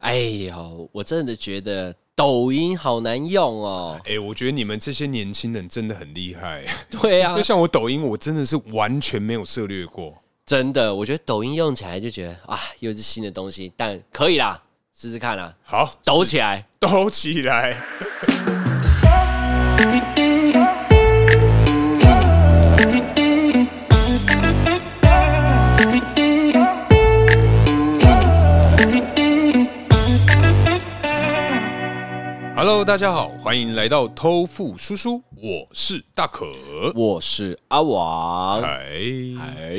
哎呦，我真的觉得抖音好难用 哦。哎、我觉得你们这些年轻人真的很 厉害。对啊就，像我抖音，我真的是完全没有涉略过。真的，我觉得抖音用起来就觉得啊，又是新的东西，但可以啦，试试看啦，好，抖起来。抖起来！Hello，大家好，欢迎来到偷富叔叔，我是大可。我是阿王，哎，哎，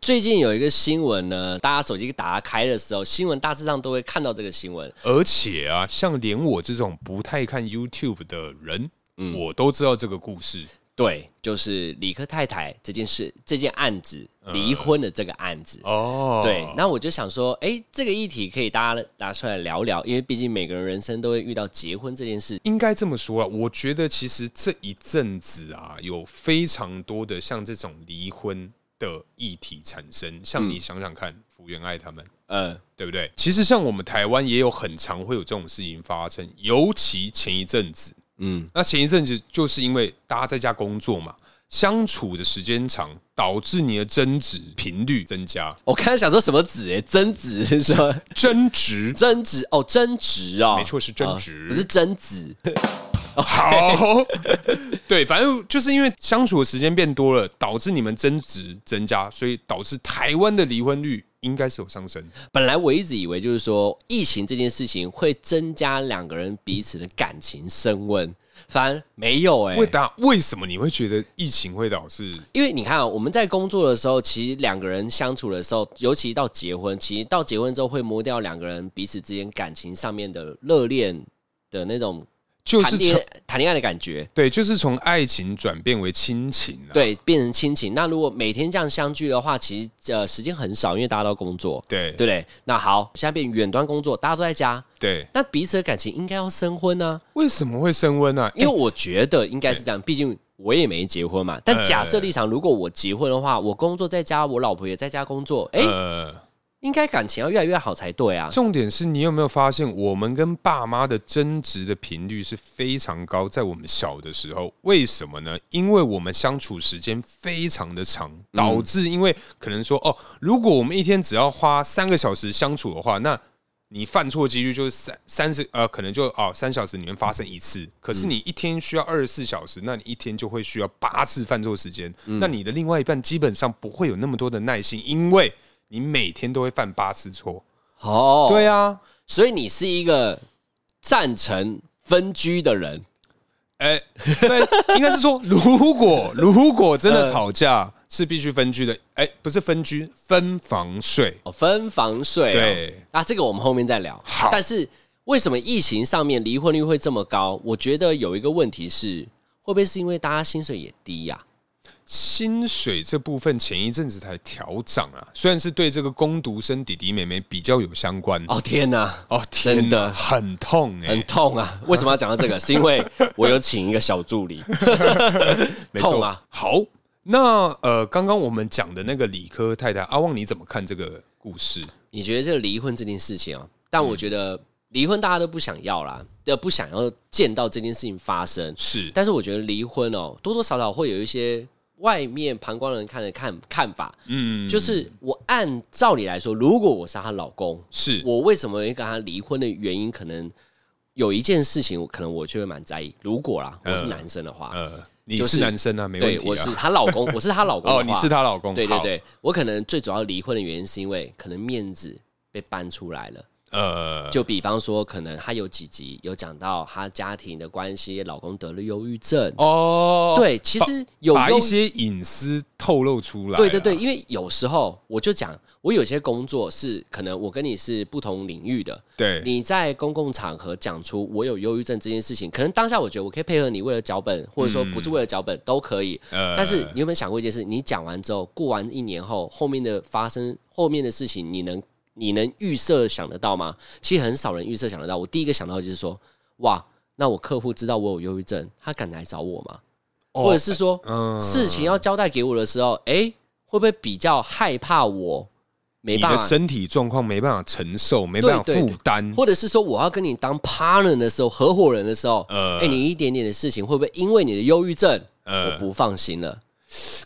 最近有一个新闻呢，大家手机打开的时候，新闻大致上都会看到这个新闻。而且啊，像连我这种不太看 YouTube 的人，我都知道这个故事。对，就是李克太太这件事，这件案子，离婚的这个案子。哦，对，那我就想说，哎、这个议题可以大家拿出来聊聊，因为毕竟每个人人生都会遇到结婚这件事。应该这么说啊，我觉得其实这一阵子啊，有非常多的像这种离婚的议题产生。像你想想看，福原爱他们，呃，对不对？其实像我们台湾也有很常会有这种事情发生，尤其前一阵子，嗯，那前一阵子就是因为大家在家工作嘛，相处的时间长，导致你的争执频率增加，我刚才想说什么子、哎，争子 是什么？争执争执哦，争执哦，没错是争执啊 不是争子。好，对，反正就是因为相处的时间变多了，导致你们争执增加，所以导致台湾的离婚率应该是有上升。本来我一直以为就是说，疫情这件事情会增加两个人彼此的感情升温，反而没有哎、为达，为什么你会觉得疫情会导致？因为你看啊，我们在工作的时候，其实两个人相处的时候，尤其到结婚，其实到结婚之后会磨掉两个人彼此之间感情上面的热恋的那种就谈是从恋谈恋爱的感觉，对，就是从爱情转变为亲情啊。对，变成亲情。那如果每天这样相聚的话，其实呃时间很少，因为大家都工作，对对不对？那好，现在变远端工作，大家都在家，对，那彼此的感情应该要升温呢、为什么会升温啊？因为我觉得应该是这样，毕竟我也没结婚嘛。哎但假设立场，如果我结婚的话，我工作在家，我老婆也在家工作，哎、呃，应该感情要越来越好才对啊。重点是你有没有发现，我们跟爸妈的争执的频率是非常高，在我们小的时候，为什么呢？因为我们相处时间非常的长，导致因为可能说哦，如果我们一天只要花三个小时相处的话，那你犯错几率就是三三十呃，可能就哦三小时里面发生一次。可是你一天需要二十四小时，那你一天就会需要八次犯错时间。那你的另外一半基本上不会有那么多的耐心，因为你每天都会犯八次错。哦，对啊，所以你是一个赞成分居的人，哎、对，应该是说，如果如果真嗯的吵架是必须分居的，哎、不是分居，分房睡。哦，分房睡、哦。对，啊，这个我们后面再聊。好但是为什么疫情上面离婚率会这么高？我觉得有一个问题是，会不会是因为大家薪水也低啊呀、薪水这部分前一阵子才调涨啊，虽然是对这个工读生弟弟妹妹比较有相关。哦天哪！哦，天哪真的很痛哎、很痛啊！为什么要讲到这 个？是因为我有请一个小助理，没错痛啊！！好，那呃，刚刚我们讲的那个理科太太阿旺，你怎么看这个故事？你觉得这个离婚这件事情啊？但我觉得离婚大家都不想要啦，呃，不想要见到这件事情发生。是但是我觉得离婚哦，多多少少会有一些外面旁观人看的看看法，嗯，就是我按照理来说，如果我是她老公，是我为什么会跟她离婚的原因，可能有一件事情，可能我就会蛮在意。如果啦，我是男生的话，呃，你就是是男生啊，嗯没问对，题、啊。我是她老 公，我是她老公的话，哦，你是她老公，对对好，对，我可能最主要离婚的原因是因为可能面子被搬出来了。呃，就比方说，可能她有几集有讲到她家庭的关系，老公得了忧郁症。哦，，对，其实有把忧一些隐私透露出来。啊对对对，，因为有时候我就讲，我有些工作是可能我跟你是不同领域的，对，你在公共场合讲出我有忧郁症这件事情，可能当下我觉得我可以配合你，为了脚本，或者说不是为了脚本都可以。呃但是你有没有想过一件事？你讲完之后，过完一年后，后面的发生，后面的事情，你能你能预设想得到吗？其实很少人预设想得到。我第一个想到的就是说，哇，那我客户知道我有忧郁症，他敢来找我吗？哦或者是说，嗯事情要交代给我的时候，哎、会不会比较害怕我没你办的法，身体状况没办法承受，没办法对对负对担。或者是说我要跟你当 partner 的时候，合伙人的时候，呃哎、你一点点的事情会不会因为你的忧郁症，呃我不放心了？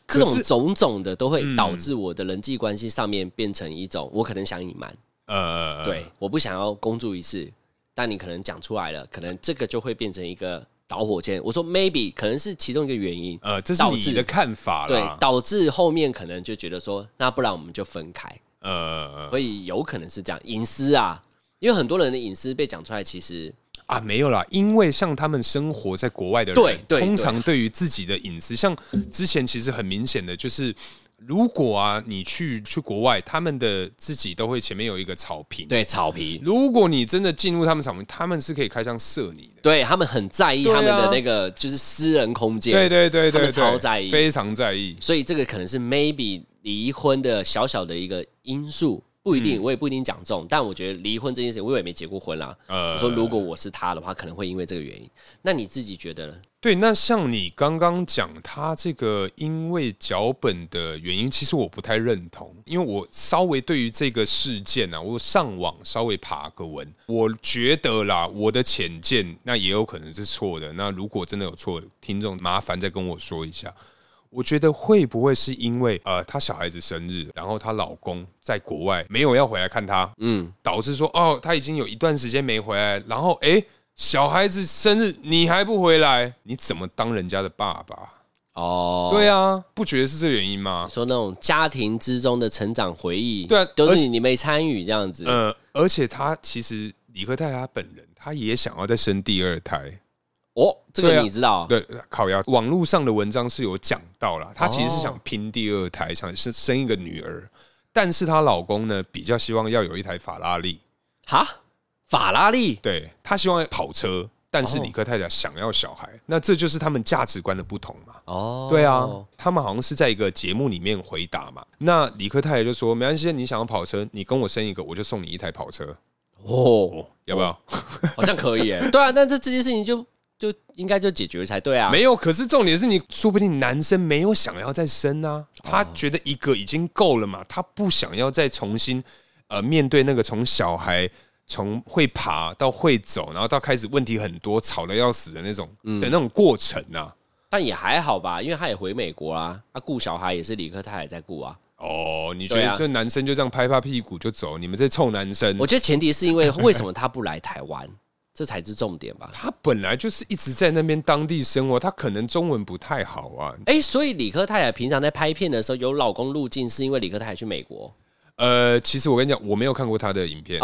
可这是种种种的都会导致我的人际关系上面变成一种，我可能想隐瞒，呃，对，我不想要公诸于世，但你可能讲出来了，可能这个就会变成一个导火线。我说 maybe 可能是其中一个原因，呃，这是导你致的看法对，啦。导致后面可能就觉得说，那不然我们就分开，呃所以有可能是这样隐私啊，因为很多人的隐私被讲出来，其实啊，没有啦，因为像他们生活在国外的人，对对通常对于自己的隐私，像之前其实很明显的就是。如果啊，你去去国外，他们的自己都会前面有一个草坪。对草皮，如果你真的进入他们草坪，他们是可以开枪射你的。对他们很在意对他啊们的那个就是私人空间，对对对他对们对，超在意非常在意。所以这个可能是 maybe 离婚的小小的一个因素，不一定，嗯我也不一定讲中，但我觉得离婚这件事，我也没结过婚啦。呃我说如果我是他的话，可能会因为这个原因。那你自己觉得呢？对，那像你刚刚讲他这个因为脚本的原因，其实我不太认同，因为我稍微对于这个事件啊，我上网稍微爬个文，我觉得啦，我的浅见那也有可能是错的。那如果真的有错的，听众麻烦再跟我说一下。我觉得会不会是因为呃，她小孩子生日，然后她老公在国外没有要回来看她，嗯，导致说哦，她已经有一段时间没回来，然后诶，小孩子生日你还不回来，你怎么当人家的爸爸？哦，对啊，不觉得是这原因吗？说那种家庭之中的成长回忆，对啊都而是且你你没参与这样子。呃，而且她其实李克泰她本人，她也想要再生第二胎。哦，这对个啊你知道？对，烤鸭网络上的文章是有讲到啦，她其实是哦想拼第二胎，想生生一个女儿，但是她老公呢比较希望要有一台法拉利，哈，法拉利对她希望跑车，但是哦李克太太想要小孩，那这就是他们价值观的不同嘛。哦，对啊，他们好像是在一个节目里面回答嘛。那李克太太就说：“没关系，你想要跑车，你跟我生一个，我就送你一台跑车，哦，哦，要不要？”好像可以 耶。对啊，那这这件事情就就应该就解决才对啊。没有，可是重点是你说不定男生没有想要再生哦啊，他觉得一个已经够了嘛，他不想要再重新呃面对那个从小孩从会爬到会走，然后到开始问题很多、吵得要死的那种、嗯的那种过程啊。但也还好吧，因为他也回美国啦，他顾小孩也是理科太太在顾啊。哦，你觉对得啊这男生就这样拍拍屁股就走？你们这臭男生我，觉得前提是因为 为什么他不来台湾，这才是重点吧。他本来就是一直在那边当地生活，他可能中文不太好啊。哎、所以理科太太平常在拍片的时候有老公入境，是因为理科太太去美国呃，其实我跟你讲，我没有看过他的影片，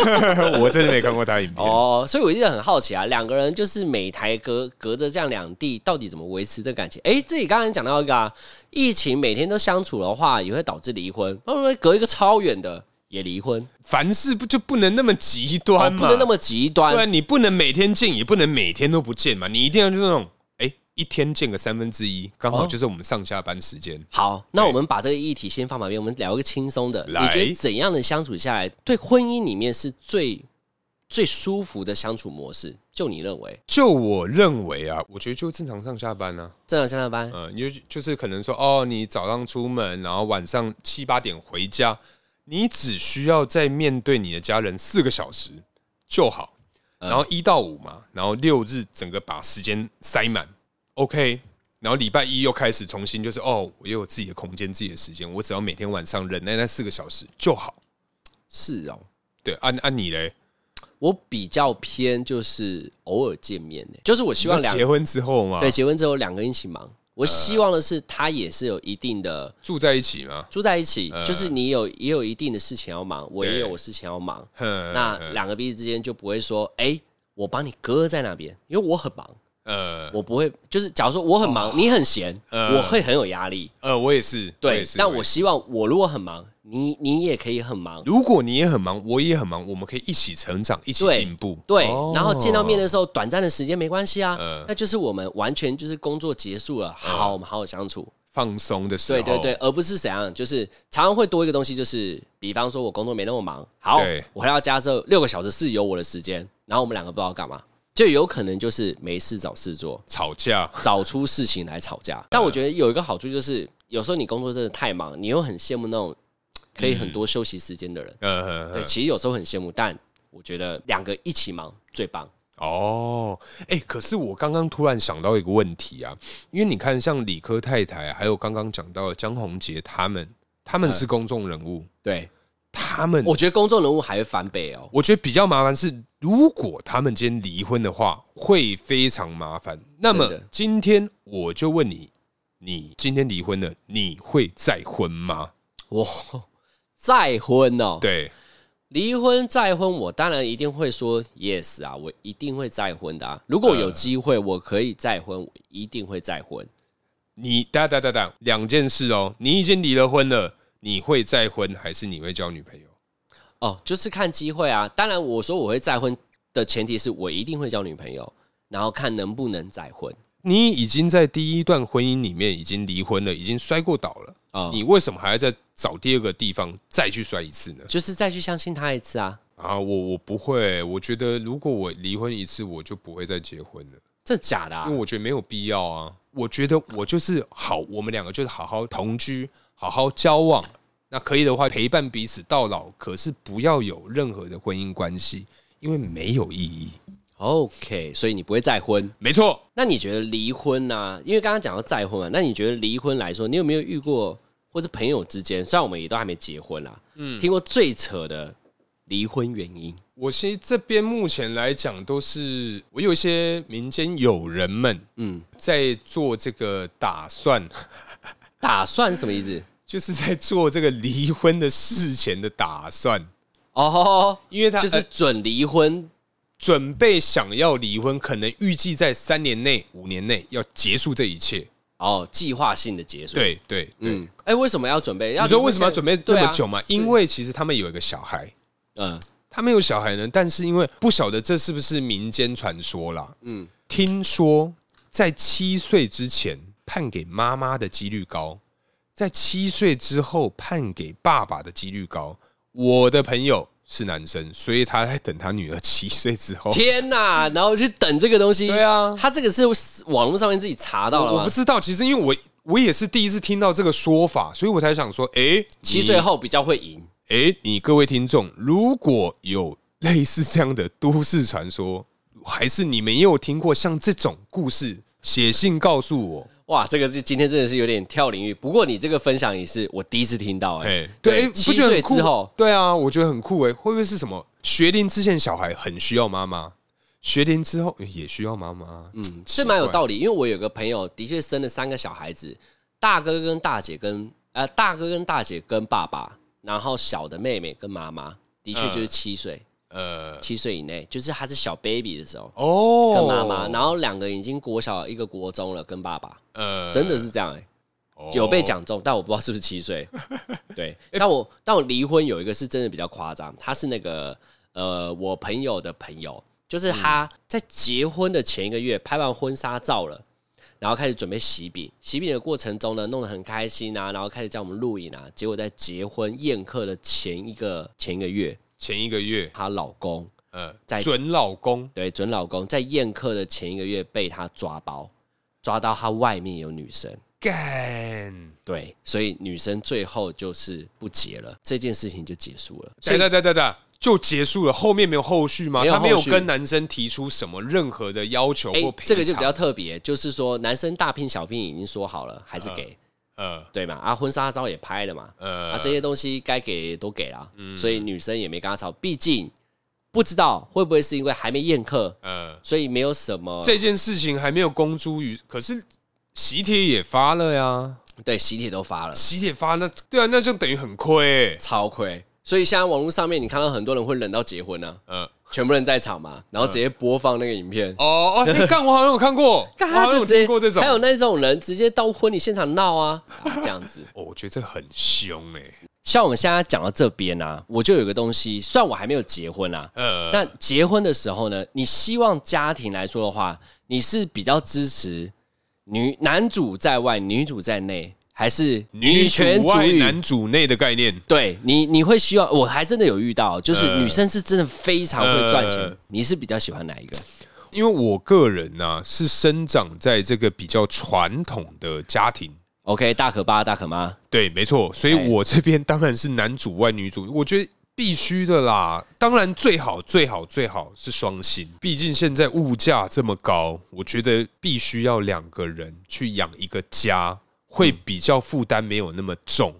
我真的没看过他的影片。哦。所以我一直很好奇啊，两个人就是美台隔隔着这样两地，到底怎么维持这感情？哎、这里刚才讲到一个啊，疫情每天都相处的话，也会导致离婚，哦会不会隔一个超远的也离婚？凡事不就不能那么极哦端不嘛？是那么极端对啊，你不能每天见，也不能每天都不见嘛。你一定要就是那种，哎、一天见个三分之一，刚好哦就是我们上下班时间。好，那我们把这个议题先放旁边，我们聊一个轻松的。你来觉得怎样的相处下来，对婚姻里面是最最舒服的相处模式？就你认为，就我认为啊，我觉得就正常上下班啊。正常下班，呃，你就就是可能说，哦，你早上出门，然后晚上七八点回家，你只需要在面对你的家人四个小时就好。嗯然后一到五嘛，然后六日整个把时间塞满，OK。然后礼拜一又开始重新，就是哦，我又有自己的空间、自己的时间，我只要每天晚上忍耐那四个小时就好。是哦。对，按、按你嘞，我比较偏就是偶尔见面、欸，就是我希望你说两结婚之后嘛，对结婚之后两个人一起忙。我希望的是，他也是有一定的住在一起嘛，住在一起，呃就是你有也有一定的事情要忙，我也对嗯有我事情要忙，哼那两个彼此之间就不会说，哎、我帮你搁在那边，因为我很忙。呃我不会，就是假如说我很忙，哦你很闲，呃我会很有压力。呃，我也是，我对也，是但我我也是希望我如果很忙，你你也可以很忙。如果你也很忙，我也很忙，我们可以一起成长，一起对进步。对哦，然后见到面的时候，短暂的时间没关系啊呃，那就是我们完全就是工作结束了，嗯好，我们好好相处。放松的时候，对对对，，而不是怎样，就是常常会多一个东西，就是比方说我工作没那么忙，好对，我回到家之后六个小时是有我的时间，然后我们两个不知道干嘛，就有可能就是没事找事做，吵架，找出事情来吵架。但我觉得有一个好处就是，有时候你工作真的太忙，你又很羡慕那种可以很多休息时间的人。呃，对，其实有时候很羡慕，但我觉得两个一起忙最棒。哦，哎、可是我刚刚突然想到一个问题啊，因为你看，像理科太太，啊还有刚刚讲到的江宏杰他们，他们是公众人物，对，他们嗯我我觉得公众人物还会翻倍哦。我觉得比较麻烦是，如果他们今天离婚的话，会非常麻烦。那么真的今天我就问你，你今天离婚了，你会再婚吗？哇，再婚哦，对，离婚再婚，我当然一定会说 yes 啊，我一定会再婚的啊。如果有机会，我可以再婚，我一定会再婚。你哒哒哒哒，两件事哦，你已经离了婚了，你会再婚还是你会交女朋友？哦，就是看机会啊。当然，我说我会再婚的前提是我一定会交女朋友，然后看能不能再婚。你已经在第一段婚姻里面已经离婚了，已经摔过倒了，哦，你为什么还要再找第二个地方再去摔一次呢？就是再去相信他一次啊，啊，我我不会，我觉得如果我离婚一次，我就不会再结婚了，这假的、啊因为？我觉得没有必要啊。我觉得我就是好，我们两个就是好好同居，好好交往。那可以的话，陪伴彼此到老，可是不要有任何的婚姻关系，因为没有意义。 OK，所以你不会再婚。没错，那你觉得离婚呢、啊？因为刚刚讲到再婚嘛，那你觉得离婚来说，你有没有遇过，或是朋友之间，虽然我们也都还没结婚啦、嗯，听过最扯的离婚原因？我其实这边目前来讲都是我有一些民间友人们嗯，在做这个打算， 打算是什么意思？就是在做这个离婚的事前的打算，哦，因为他就是呃准离婚准备想要离婚，可能预计在三年内、五年内要结束这一切。哦，计划性的结束。，对对对，嗯，哎、为什么要准备？要你说为什么要准备这么久对啊？嘛？因为其实他们有一个小孩，嗯，他们有小孩呢，但是因为不晓得这是不是民间传说啦，嗯，听说在七岁之前判给妈妈的几率高，在七岁之后判给爸爸的几率高。我的朋友是男生，所以他在等他女儿七岁之后。天哪、然后去等这个东西。哦对啊他这个是网络上面自己查到了我吗不？知道，其实因为我我也是第一次听到这个说法，所以我才想说，诶，七岁后比较会赢。诶，你各位听众，如果有类似这样的都市传说，还是你们也有听过像这种故事，写信告诉我。哇，这个是今天真的是有点跳领域。不过你这个分享也是我第一次听到、哎哎，，对，诶你不七觉得很岁酷之后，，对啊，我觉得很酷诶，会不会是什么学龄之前小孩很需要妈妈，学龄之后也需要妈妈？嗯，是蛮有道理。因为我有个朋友的确生了三个小孩子，呃大哥跟大姐跟呃大哥跟大姐跟爸爸，然后小的妹妹跟妈妈，的确就是七岁，呃，七岁以内，就是他是小 baby 的时候。哦，跟妈妈，然后两个已经国小，一个国中了，跟爸爸，呃真的是这样哎、哦有被讲中，但我不知道是不是七岁。对，但我但我离婚有一个是真的比较夸张，他是那个呃我朋友的朋友，就是他在结婚的前一个月拍完婚纱照了。然后开始准备喜饼，喜饼的过程中呢，弄得很开心啊，然后开始叫我们录影啊。结果在结婚宴客的前一个前一个月，前一个月，她老公呃在，准老公。对，准老公在宴客的前一个月被他抓包，抓到他外面有女生，干！对，所以女生最后就是不结了，这件事情就结束了。所对以对对对对，就结束了，后面没有后续吗？没有他没有后续跟男生提出什么任何的要求哎、或赔偿。这个就比较特别，就是说男生大聘小聘已经说好了，还是给，呃对嘛？啊，婚纱照也拍了嘛，呃啊，这些东西该给都给了，嗯所以女生也没跟他吵，毕竟不知道会不会是因为还没宴客，呃，所以没有什么这件事情还没有公诸于，可是喜帖也发了呀，对喜帖都发了，喜帖发那对啊，那就等于很亏、欸。超亏。所以现在网络上面，你看到很多人会忍到结婚呢、啊呃，全部人在场嘛，然后直接播放那个影片。嗯 哦哦，你干，我好像有看过，我干他好像有就直接听过这种还。有那种人直接到婚礼现场闹 啊，啊这样子。哦，我觉得这很凶哎、像我们现在讲到这边啊，我就有个东西，虽然我还没有结婚啊，呃，但结婚的时候呢，你希望家庭来说的话，你是比较支持女男主在外，女主在内，还是女主权主外义？男主内的概念，对你，你会希望，我还真的有遇到，就是呃女生是真的非常会赚钱。呃你是比较喜欢哪一个？啊因为我个人呢、是生长在这个比较传统的家庭， OK，大可爸、大可妈，对，没错，所以哎我这边当然是男主外女主，我觉得必须的啦。当然最好最好最好是双薪，毕竟现在物价这么高，我觉得必须要两个人去养一个家，会比较负担没有那么重。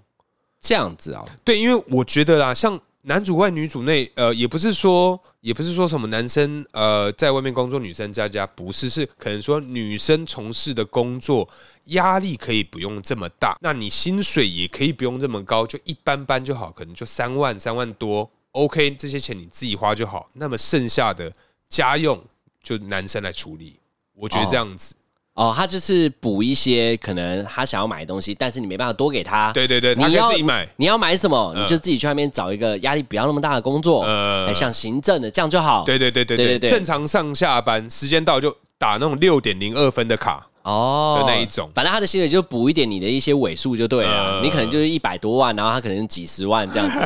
这样子啊、对，因为我觉得啦，像男主外女主内，呃，也不是说也不是说什么男生呃在外面工作，女生在家，不是，是可能说女生从事的工作压力可以不用这么大，那你薪水也可以不用这么高，就一般般就好，可能就三万三万多，OK，这些钱你自己花就好，那么剩下的家用就男生来处理，我觉得这样子，哦，他就是补一些可能他想要买的东西，但是你没办法多给他。对嗯对对，他你可以要自己买，你要买什么，你就自己去外面找一个压力不要那么大的工作，呃哎像行政的这样就好。对对对对对对对，对正常上下班时间到就打那种六点零二分的卡，哦的那 一种反正他的薪水就补一点你的一些尾数就对了。呃你可能就是一百多万，然后他可能几十万这样 子。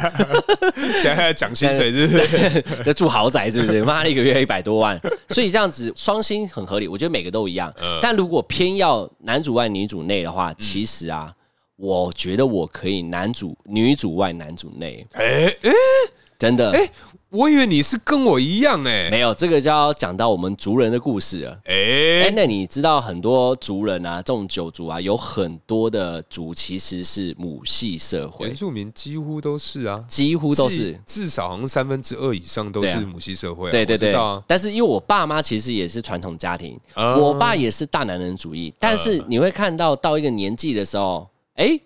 现在讲薪水是不是？ 在住豪宅是不是？妈的，一个月一百多万，所以这样子双薪很合理，我觉得每个都一样。嗯但如果偏要男主外女主内的话，其实啊，我觉得我可以男主女主外男主内，哎哎，真的、我以为你是跟我一样哎没有这个就要讲到我们族人的故事了。哎、哎，那你知道很多族人啊，这种九族啊，有很多的族其实是母系社原会，住民几乎都是啊，几乎都至是。至少好像三分之二以上都对是啊母系社会啊，对对我知对道啊，但是因为我爸妈其实也是传统家庭，啊我爸也是大男人主义，但是你会看到到一个年纪的时候，哎、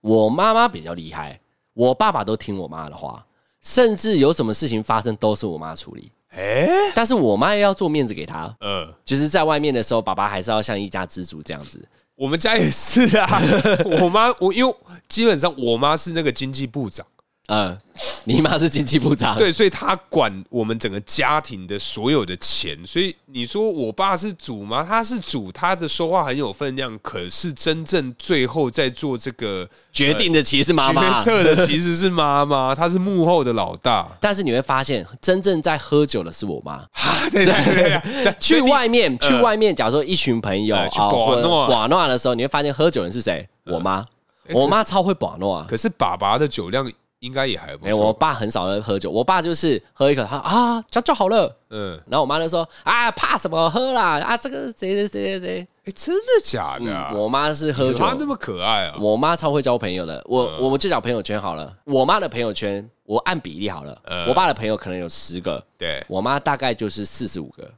我妈妈比较厉害，我爸爸都听我妈的话，甚至有什么事情发生都是我妈处理，哎但是我妈又要做面子给他，呃，就是在外面的时候，爸爸还是要像一家之主这样子。我们家也是啊， 我妈我因为基本上我妈是那个经济部长。嗯， 你妈是经济部长，对，所以他管我们整个家庭的所有的钱。所以你说我爸是主吗？他是主，他的说话很有分量。可是真正最后在做这个决定的其实是妈妈决。策的其实是妈妈， 她是幕后的老大。 但是你会发现，真正在喝酒的是我 妈。对对对对， 去外面，呃去外面，假如说一群朋友呃去啊，把或者诺把诺的时候，你会发现喝酒人是谁？嗯我妈，我妈超会把诺啊。哎可是爸爸的酒量应该也还不没有，哎我错吧。爸很少喝酒，我爸就是喝一口，他啊，这样就好了。嗯，然后我妈就说啊，怕什么喝啦啊，这个谁谁谁谁谁。哎，真的假的啊嗯，？我妈是喝有酒他，那么可爱啊？我妈超会交朋友的。我我就讲朋友圈好了，我妈的朋友圈我按比例好了，我爸的朋友可能有十个，对，我妈大概就是四十五个，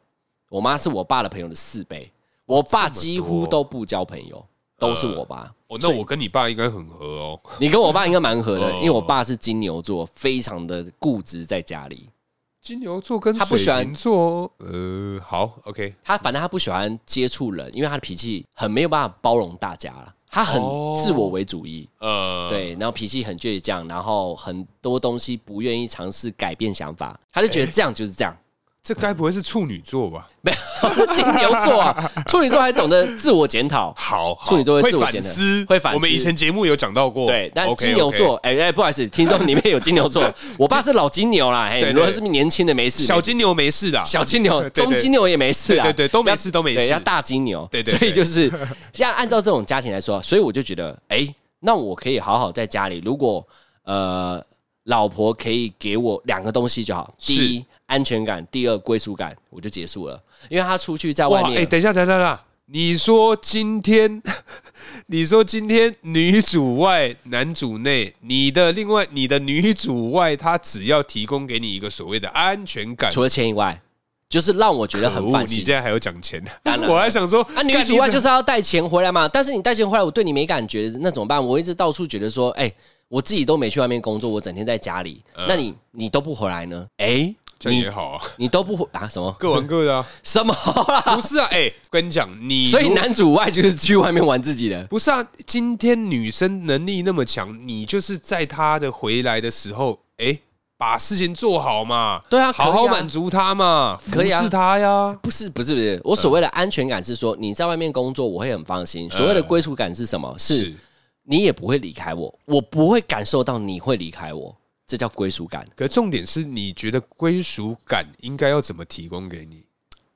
我妈是我爸的朋友的四倍，我爸几乎都不交朋友，都是我爸。哦，那我跟你爸应该很合哦。你跟我爸应该蛮合的，哦因为我爸是金牛座，非常的固执在家里。金牛座跟他不喜欢水瓶座，呃，好，OK，他反正他不喜欢接触人，因为他的脾气很没有办法包容大家了，他很哦自我为主义，呃，对，然后脾气很倔强，然后很多东西不愿意尝试改变想法，他就觉得这样就是 这样。这该不会是处女座吧？金牛座啊，处女座还懂得自我检讨，好，好处女座会会自我反检讨思，会反思我们以前节目有讲到过，对，但哦 OK，OK 金牛座，哎哎，不好意思，听众里面有金牛 座，我爸是老金牛啦，哎，对如果是年轻的没事，小金牛没事的，小金牛、 对对中金牛也没事啊，对对对都没事要都没事对要大金牛，对对对所以就是 像按照这种家庭来说，所以我就觉得，哎，那我可以好好在家里，如果呃，老婆可以给我两个东西就好，是第一安全感，第二归属感，我就结束了，因为他出去在外哇，面，哎，等一下，等一下，等一下，你说今天， 你说今天女主外男主内，你的另外你的女主外，她只要提供给你一个所谓的安全感，除了钱以外，就是让我觉得可很恶烦你心竟。然还有讲钱当，然 我还想说，啊，女干主外你就怎是要带钱回来嘛，但是你带钱回来，我对你没感觉，那怎么办？我一直到处觉得说，哎、我自己都没去外面工作，我整天在家里，呃那你你都不回来呢？哎、这样也好啊，你都不回啊？什么各玩 各的啊，什么啦？不是啊，哎，跟你讲，你所以如男主外就是去外面玩自己的，不是啊，今天女生能力那么强，你就是在她的回来的时候，哎、把事情做好嘛，对啊好可好以啊满足她嘛，可以啊服侍她呀。不是不是不是，我所谓的安全感是说你在外面工作我会很放心，所谓的归属感是什么？嗯是你也不会离开我，我不会感受到你会离开我，这叫归属感。可重点是你觉得归属感应该要怎么提供给你？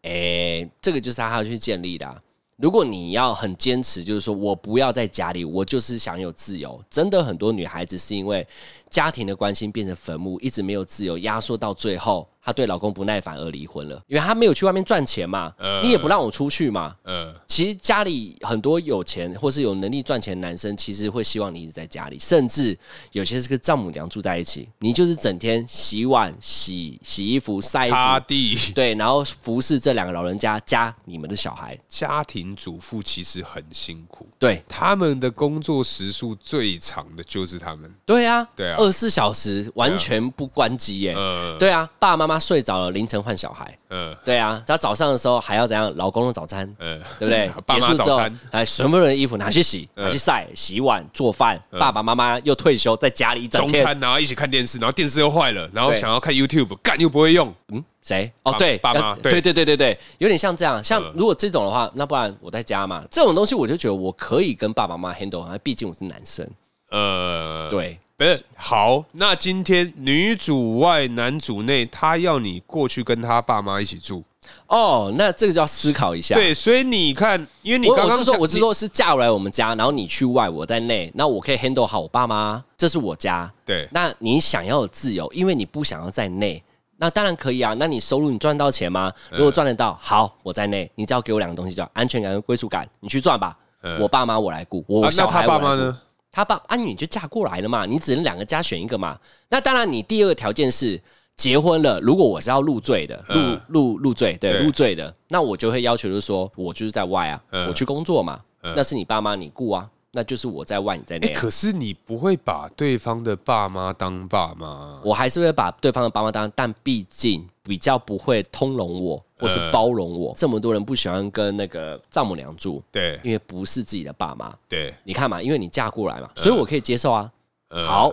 哎、这个就是他要去建立的啊、如果你要很坚持，就是说我不要在家里，我就是想有自由。真的，很多女孩子是因为家庭的关系变成坟墓，一直没有自由，压缩到最后，她对老公不耐烦而离婚了，因为她没有去外面赚钱嘛，你也不让我出去嘛。呃，其实家里很多有钱或是有能力赚钱的男生，其实会希望你一直在家里，甚至有些是跟丈母娘住在一起，你就是整天洗碗、洗洗衣服、晒衣擦服，地， 对，然后服侍这两个老人家加你们的小孩，家庭主妇其实很辛苦，对他们的工作时数最长的就是他们。对啊，对啊二十四小时完全不关机耶、呃对啊，爸爸妈妈睡着了，凌晨换小孩，呃对啊，他早上的时候还要怎样，老公的早餐，呃，？对不对 爸结妈束之早后餐，嗯哎，全部人的衣服拿去洗、拿去晒、洗碗、做饭。爸爸妈妈又退休，在家里一整中天。餐，然后一起看电视，然后电视又坏了，然后对想要看 YouTube，干又不会用，嗯，谁？哦，爸对，爸妈要对对对对对对，有点像这样。像嗯如果这种的话，那不然我在家嘛，这种东西我就觉得我可以跟爸爸妈妈 handle，好毕竟我是男生。呃，，对，不是好。那今天女主外男主内，他要你过去跟他爸妈一起住，哦，那这个就要思考一下。。对，所以你看，因为你我刚我刚是说，讲我是你说，是嫁过来我们家，然后你去外，我在内，那我可以 handle 好我爸妈，这是我家。对，那你想要有自由，因为你不想要在内，那当然可以啊。那你收入你赚到钱吗？嗯如果赚得到，好，我在内，你只要给我两个东西，叫安全感跟归属感，你去赚吧。我爸妈我来顾，我嗯啊，那小他孩我爸来顾。妈呢？他爸啊，你就嫁过来了嘛，你只能两个家选一个嘛。那当然，你第二个条件是结婚了，如果我是要入赘的，入嗯入入赘，对对入赘的，那我就会要求就是说，我就是在外啊，嗯我去工作嘛，那是你爸妈你顾啊，那就是我在外，你在内哎、啊。可是你不会把对方的爸妈当爸妈，我还是会把对方的爸妈当，但毕竟比较不会通融我嗯或是包容我。这么多人不喜欢跟那个丈母娘住，对因为不是自己的爸妈。对，你看嘛，因为你嫁过来嘛，嗯所以我可以接受啊。呃好，，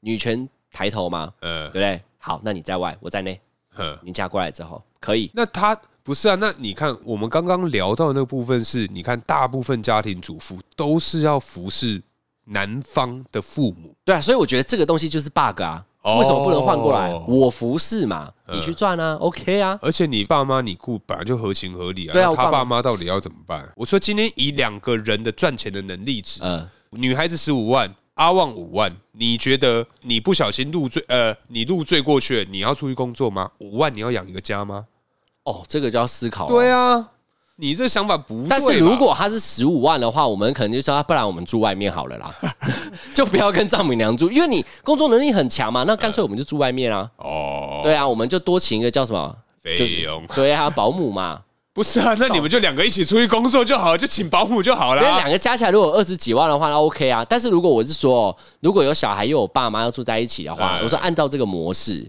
女权抬头嘛，呃对不对？好，那你在外，我在内。呃，你嫁过来之后，可以那他不是啊？那你看，我们刚刚聊到的那部分是，你看大部分家庭主妇都是要服侍男方的父母，对啊。所以我觉得这个东西就是 bug 啊。哦为什么不能换过来？我服侍嘛，嗯你去赚啊，OK 啊。而且你爸妈你雇本来就合情合理啊。对啊那我他爸妈爸妈到底要怎么办？我说今天以两个人的赚钱的能力值，呃，女孩子十五万，阿旺五万，你觉得你不小心入赘，呃，你入赘过去了，你要出去工作吗？五万你要养一个家吗？哦，这个就要思考、了。对啊，你这想法不对吧。但是如果他是十五万的话，我们可能就说，啊不然我们住外面好了 啦，就不要跟丈母娘住，因为你工作能力很强嘛，那干脆我们就住外面啊。嗯哦，对啊，我们就多请一个叫什么？费就是用对啊，保姆嘛，不是啊，那你们就两个一起出去工作就好，就请保姆就好因为啦。两个加起来如果二十几万的话，那 OK 啊。但是如果我是说，如果有小孩又有爸妈要住在一起的话，嗯我说按照这个模式，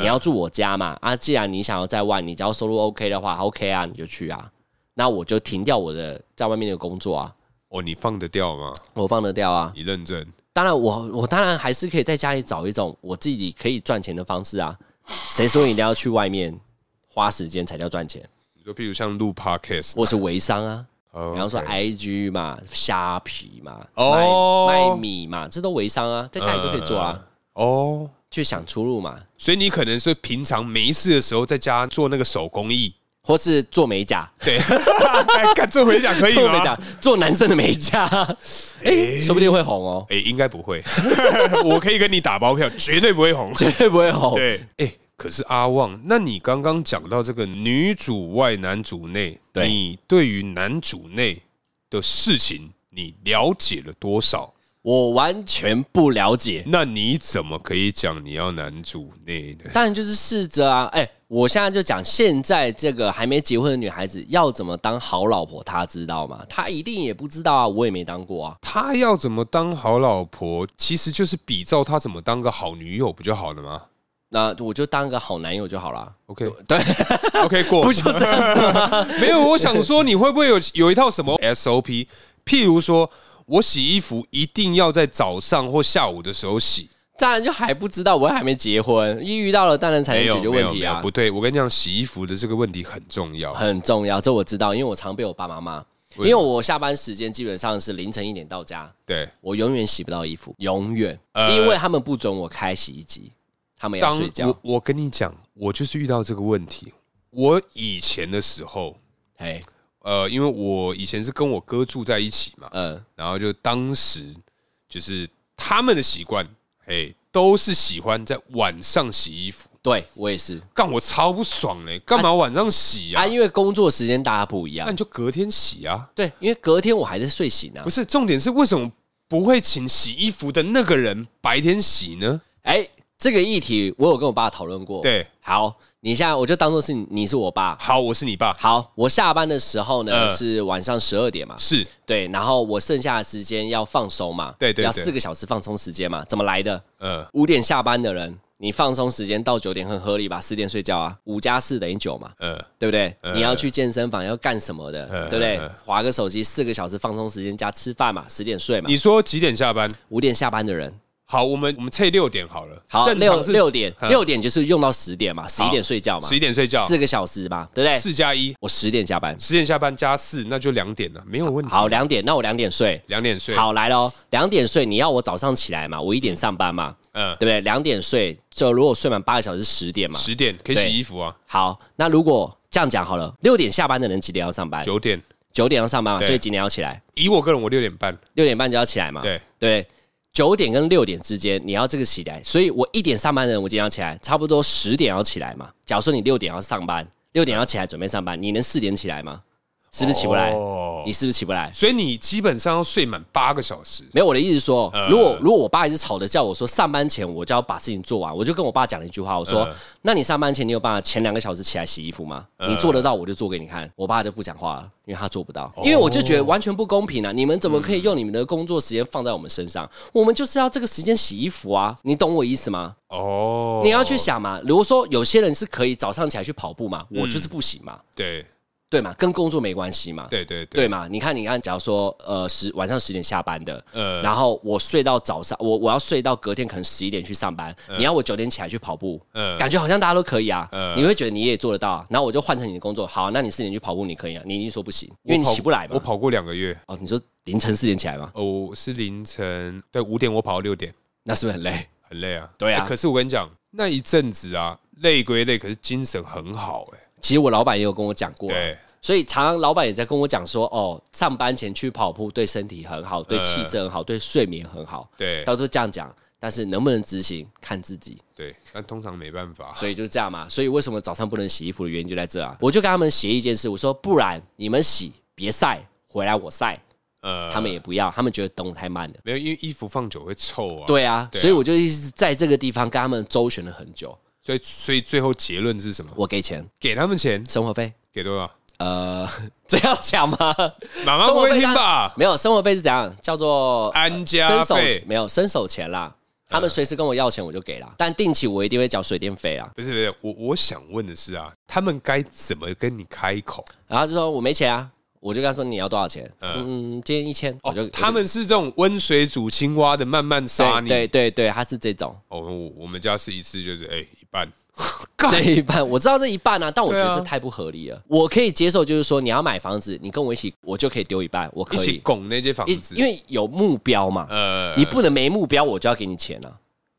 你要住我家嘛啊，既然你想要在外，你只要收入 OK 的话，OK 啊，你就去啊。那我就停掉我的在外面的工作啊，哦，你放得掉吗？我放得掉啊。你认真？当然我，我当然还是可以在家里找一种我自己可以赚钱的方式啊。谁说一定要去外面花时间才叫赚钱？你说，譬如像录 podcast，或是微商啊，哦比方说 IG 嘛、虾皮嘛、哦卖卖米嘛，这都微商啊，在家里就可以做啊，哦，去想出路嘛，所以你可能是平常没事的时候在家做那个手工 艺，或是做美甲，对， 哎干这回讲可以做美吗？甲，做男生的美 甲，哎，说不定会红哦， 哎，应该不会， 我可以跟你打包票，绝对不会红。绝对不会红。对，哎，可是阿旺，那你刚刚讲到这个女主外男主内，对你对于男主内的事情，你了解了多少？我完全不了解，那你怎么可以讲你要男主内呢？当然就是试着啊，哎、我现在就讲，现在这个还没结婚的女孩子要怎么当好老婆，她知道吗？她一定也不知道啊，我也没当过啊。他要怎么当好老婆，其实就是比照他怎么当个好女友不就好了吗那我就当个好男友就好啦。 ？OK 对， OK 过，不就这样子吗？ 没有，我想说你会不会有有一套什么 SOP？譬如说我洗衣服一定要在早上或下午的时候洗，当然就还不知道，我还没结婚，一遇到了当然才没能有解决没问有题没有，啊不，对，我跟你讲，洗衣服的这个问题很重要。很重要，这我知道，因为我常被我爸妈骂，因为我下班时间基本上是凌晨一点到家，对，我永远洗不到衣服，永远，呃因为他们不准我开洗衣机，他们要当睡觉我，我跟你讲，我就是遇到这个问题。我以前的时候，哎，呃，因为我以前是跟我哥住在一起嘛，呃，然后就当时就是他们的习惯，哎，都是喜欢在晚上洗衣服。对我也是干我超不爽嘞、干嘛晚上洗啊啊，？因为工作时间大家不一那样你。就隔天洗啊。对，因为隔天我还在睡醒啊不。是，重点是为什么不会请洗衣服的那个人白天洗呢？哎，这个议题我有跟我爸讨论过。，对，好，你现在我就当做是你你是我爸。好，我是你爸，好，我下班的时候呢、呃是晚上十二点嘛，是对，然后我剩下的时间要放松嘛，对对要对四个小时放松时间嘛，怎么来的？呃，五点下班的人，你放松时间到九点很合理吧？四点睡觉啊，五加四等于九嘛，呃，对不对？你要去健身房要干什么的，呃对不对呃？划个手机四个小时放松时间加吃饭嘛，十点睡嘛你，说几点下班？五点下班的人，好，我们我们测六点好了。好正六常是六点嗯六点就是用到十点嘛，十一点睡觉嘛，十一点睡觉，四个哎小时嘛，对不对？四加一，我十点下班，十点下班加四，那就两点了，没有问题。好两点，那我两点睡。两点睡。，好来喽，两点睡，你要我早上起来嘛？我一点上班嘛，嗯对，不对？两点睡，就如果睡满八个小时，十点嘛。十点可以对洗衣服啊，好，那如果这样讲好了，六点下班的人几点要上班？九点。九点要上班嘛，对所以几点要起来？以我个人，我六点半。六点半就要起来嘛。对，对，九点跟六点之间你要这个起来，所以我一点上班的人，我今天要起来，差不多十点要起来嘛。假如说你六点要上班，六点要起来准备上班，你能四点起来吗？是不是起不来？哦你是不是起不来？所以你基本上要睡满八个小时。没有，我的意思是说呃，如果如果我爸一直吵着叫我说上班前我就要把事情做完，我就跟我爸讲了一句话，我说：“呃那你上班前你有办法前两个小时起来洗衣服吗？你做得到我就做给你看。”我爸就不讲话了，因为他做不到，哦因为我就觉得完全不公平啊！你们怎么可以用你们的工作时间放在我们身上？我们就是要这个时间洗衣服啊！你懂我意思吗？哦，你要去想嘛，如果说有些人是可以早上起来去跑步嘛，我就是不行嘛，对对嘛，跟工作没关系嘛，对对对，嘛？你看，你看，假如说呃十晚上十点下班的，呃然后我睡到早上，我我要睡到隔天可能十一点去上班，你要我九点起来去跑步，呃感觉好像大家都可以啊，嗯你会觉得你也做得到啊，然后我就换成你的工作，好，那你四点去跑步你可以啊，你一定说不行，因为你我跑起不来我嘛。跑过两个月，哦，你说凌晨四点起来吗？哦，我是凌晨对五点，我跑到六点，那是不是很累？很累啊。对啊欸可是我跟你讲，那一阵子啊，累归累，可是精神很好哎。其实我老板也有跟我讲过啊、对，所以常常老板也在跟我讲说，哦，上班前去跑步对身体很好，对气色很好，对睡眠很好，嗯对他都这样讲，但是能不能执行看自己。对，但通常没办法。所以就是这样嘛。所以为什么早上不能洗衣服的原因就在这啊！我就跟他们协议一件事，我说不然你们洗别晒，回来我晒。呃，他们也不要，他们觉得动太慢了。没有，因为衣服放久会臭啊。，对啊，对啊所以我就一直在这个地方跟他们周旋了很久。所以所以最后结论是什么？我给钱，给他们钱，生活费，给多少？呃， 这要讲吗？ 妈妈不会听吧？没有，生活费是怎样？叫做呃安家伸手费没有伸手钱啦。他们随时跟我要钱，我就给啦。但定期我一定会缴水电费啊。不是不是，我我想问的是啊，他们该怎么跟你开口？然后就说我没钱啊，我就跟他说你要多少钱？嗯，今天一千，我就哦，他们是这种温水煮青蛙的，慢慢对杀你。对对对，他是这种。哦，我我们家是一次就是哎、一半，这一半我知道这一半啊，但我觉对得啊这太不合理了。我可以接受，就是说你要买房子，你跟我一起，我就可以丢一半，我可一起以，拱那间房子，因为有目标嘛。呃你不能没目标我就要给你钱啊。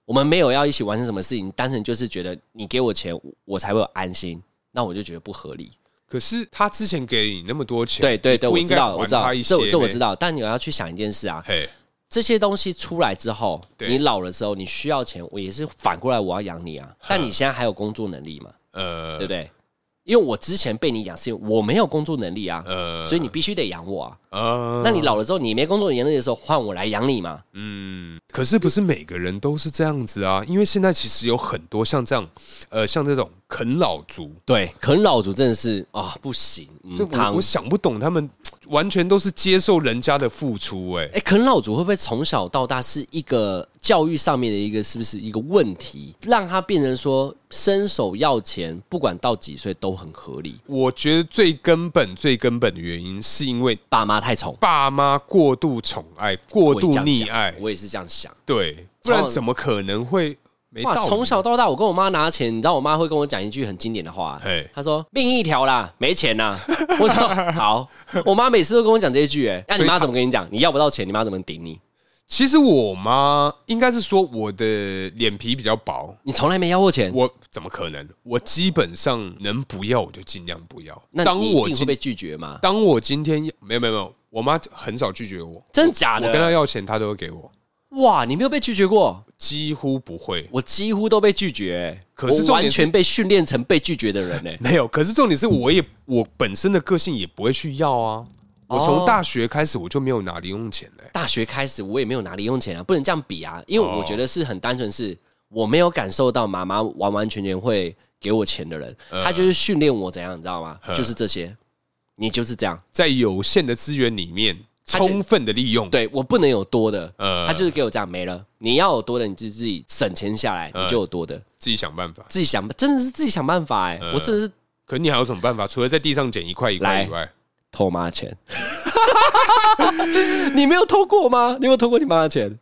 我们没有要一起完成什么事情，单纯就是觉得你给我钱，我我才会有安心，那我就觉得不合理。可是他之前给你那么多钱，对对对，你不我应知该道，还我知道他一，些这我这我知道。道。但你要去想一件事啊，嘿，这些东西出来之后，对你老了之后，你需要钱，我也是反过来我要养你 啊。但你现在还有工作能力嘛？对呃不对？因为我之前被你养是因为我没有工作能力啊，呃所以你必须得养我啊。呃，那你老了之后，你没工作能力的时候，换我来养你嘛？嗯，可是不是每个人都是这样子啊？因为现在其实有很多像这样，呃，像这种啃老族，对，啃老族真的是啊，不行，就嗯，我汤我。想不懂他们完全都是接受人家的付出、哎，哎，啃老族会不会从小到大是一个教育上面的一个是不是一个问题，让他变成说伸手要钱，不管到几岁都很合理？我觉得最根本、最根本的原因是因为爸妈太宠，爸妈过度宠爱、过我也度这样溺讲爱，我也是这样想。对，不从然怎么可能会没道哇，理？从小到大，我跟我妈拿钱，你知道我妈会跟我讲一句很经典的话嘿，她说命一条啦， 没钱呐。我说好，我妈每次都跟我讲这一句，哎，那你所以妈她怎么跟你讲？你要不到钱，你妈怎么顶你？其实我妈应该是说我的脸皮比较薄，你从来没要过钱，我怎么可能？我基本上能不要我就尽量不要。那当你一我定会今被拒绝吗？当我今天没有没有没有，我妈很少拒绝我，真假我跟她的？要钱，她都会给我，哇，你没有被拒绝过，几乎不会。我几乎都被拒绝、哎可是我重完点是全被训练成被拒绝的人呢、哎没有，可是重点是，我也我本身的个性也不会去要啊。我哦从大学开始我就没有拿零用钱嘞、大学开始我也没有拿零用钱啊，不能这样比啊，因为哦我觉得是很单纯，是我没有感受到妈妈完完全全会给我钱的人，嗯她就是训练我怎样，你知道吗？就是这些，你就是这样，在有限的资源里面他就充分的利用。，对我不能有多的，呃，她就是给我这样没了。你要有多的，你就自己省钱下来，嗯你就有多的，自己想办法。自己想，真的是自己想办法哎、嗯我真的是可你还有什么办法？除了在地上捡一块一块来以外，偷妈钱。 你没有偷过吗？你有没有偷过你妈的钱？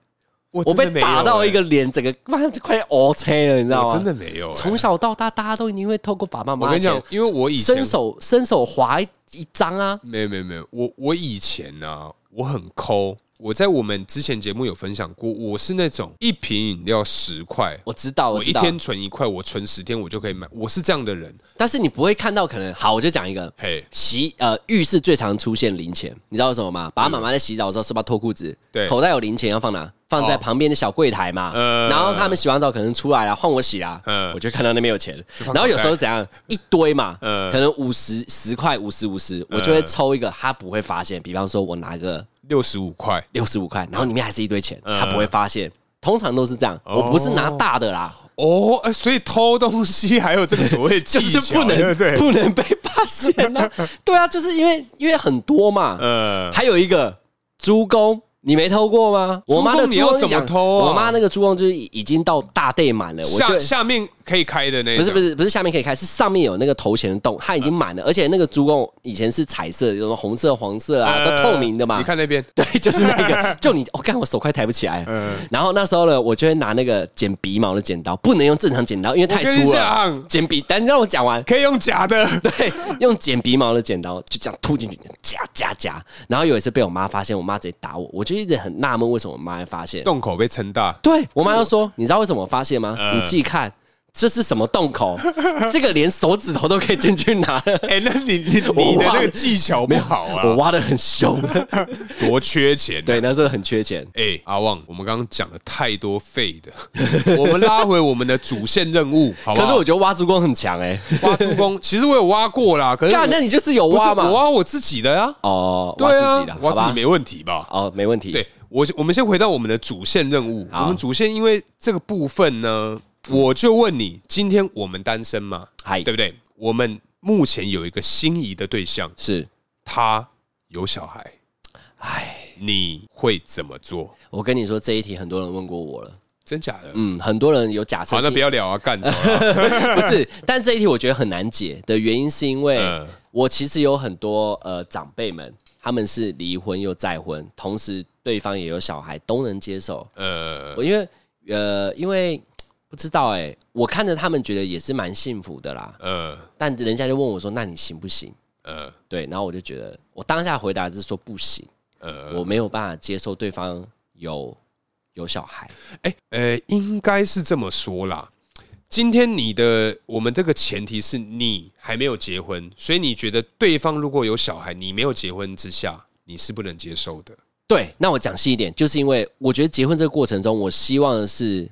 我我真的被没有打到欸一个，脸，整个妈快凹车了，你知道吗？我真的没有欸。从小到大，大家都一定会透过爸爸妈我妈跟你讲钱，因为我以前伸手伸手划一一张啊，没有没有没有，我我以前呢、啊，我很抠。我在我们之前节目有分享过，我是那种一瓶饮料十块，我知道，哦我知一道。天存一块，我存十天我就可以买，我是这样的人。但是你不会看到，可能好，我就讲一个嘿，洗呃浴室最常出现零钱，你知道为什么吗？爸爸妈妈在洗澡的时候是不是要脱裤子？对口袋有零钱要放哪？放在哦旁边的小柜台嘛。呃然后他们洗完澡可能出来了，换我洗啦。嗯我就看到那边有钱，放口袋然后有时候怎样一堆嘛，嗯可能五十十块、五十五十，我呃就会抽一个，他不会发现。比方说，我拿个六十五块，六十五块，然后里面还是一堆钱，他不会发现。通常都是这样，嗯哦我不是拿大的啦，哦，呃所以偷东西还有这个所 谓技就是巧，不对能不对？不能被发现 啦。对啊，就是因为因为很多嘛。呃，还有一个猪公，你没偷过吗？猪公我妈的猪你要公怎么养偷啊我妈那个猪公就是已已经到大地满了，我就下下面可以开的那不是不是，是不是下面可以开，是上面有那个头钱的洞，它已经满了，而且那个猪公以前是彩色的，有什么红色、黄色啊，都呃透明的嘛。你看那边，对，就是那个，就你，哦我、看我手快抬不起来。嗯然后那时候呢，我就会拿那个剪鼻毛的剪刀，不能用正常剪刀，因为太我跟你粗了讲。剪鼻，但你让我讲完。可以用假的，对，用剪鼻毛的剪刀就这样突进去，夹夹夹。然后有一次被我妈发现，我妈直接打我，我就一直很纳闷为什么我妈会发 现。洞口被撑大，对我妈就说：“你知道为什么我发现吗？嗯你自己看。”这是什么洞口？这个连手指头都可以进去拿， 哎，那你你我你的那忘个了技巧不好我啊，挖的很凶。 多缺钱啊。对，那时候很缺钱。哎、阿旺，我们刚刚讲了太多废的， 我们拉回我们的主线任务，好不可好？是我觉得挖珠光很强哎、挖出工， 其实我有挖过啦，可是我干，那你就是有不是挖嘛？我挖我自己的啊，哦，挖对自啊己的，，好挖自吧己？没问题吧？哦，没问题。对，我我们先回到我们的主线任务。好我们主线因为这个部分呢，我就问你，今天我们单身吗？嗨，对不对？我们目前有一个心仪的对象，是，他有小孩，哎，你会怎么做？我跟你说这一题很多人问过我了，真假的？嗯，很多人有假设好，那性，不要聊啊，干 走了。不是，但这一题我觉得很难解的原因是因为嗯我其实有很多呃长辈们，他们是离婚又再婚，同时对方也有小孩，都能接受。呃，我因为呃，因为不知道哎、我看着他们觉得也是蛮幸福的啦，呃但人家就问我说：“那你行不行呃？”对，然后我就觉得我当下回答是说不行。呃，我没有办法接受对方有有小孩。哎、呃，应该是这么说啦。今天你的我们这个前提是你还没有结婚，所以你觉得对方如果有小孩，你没有结婚之下，你是不能接受的。对，那我讲细一点，就是因为我觉得结婚这个过程中，我希望的是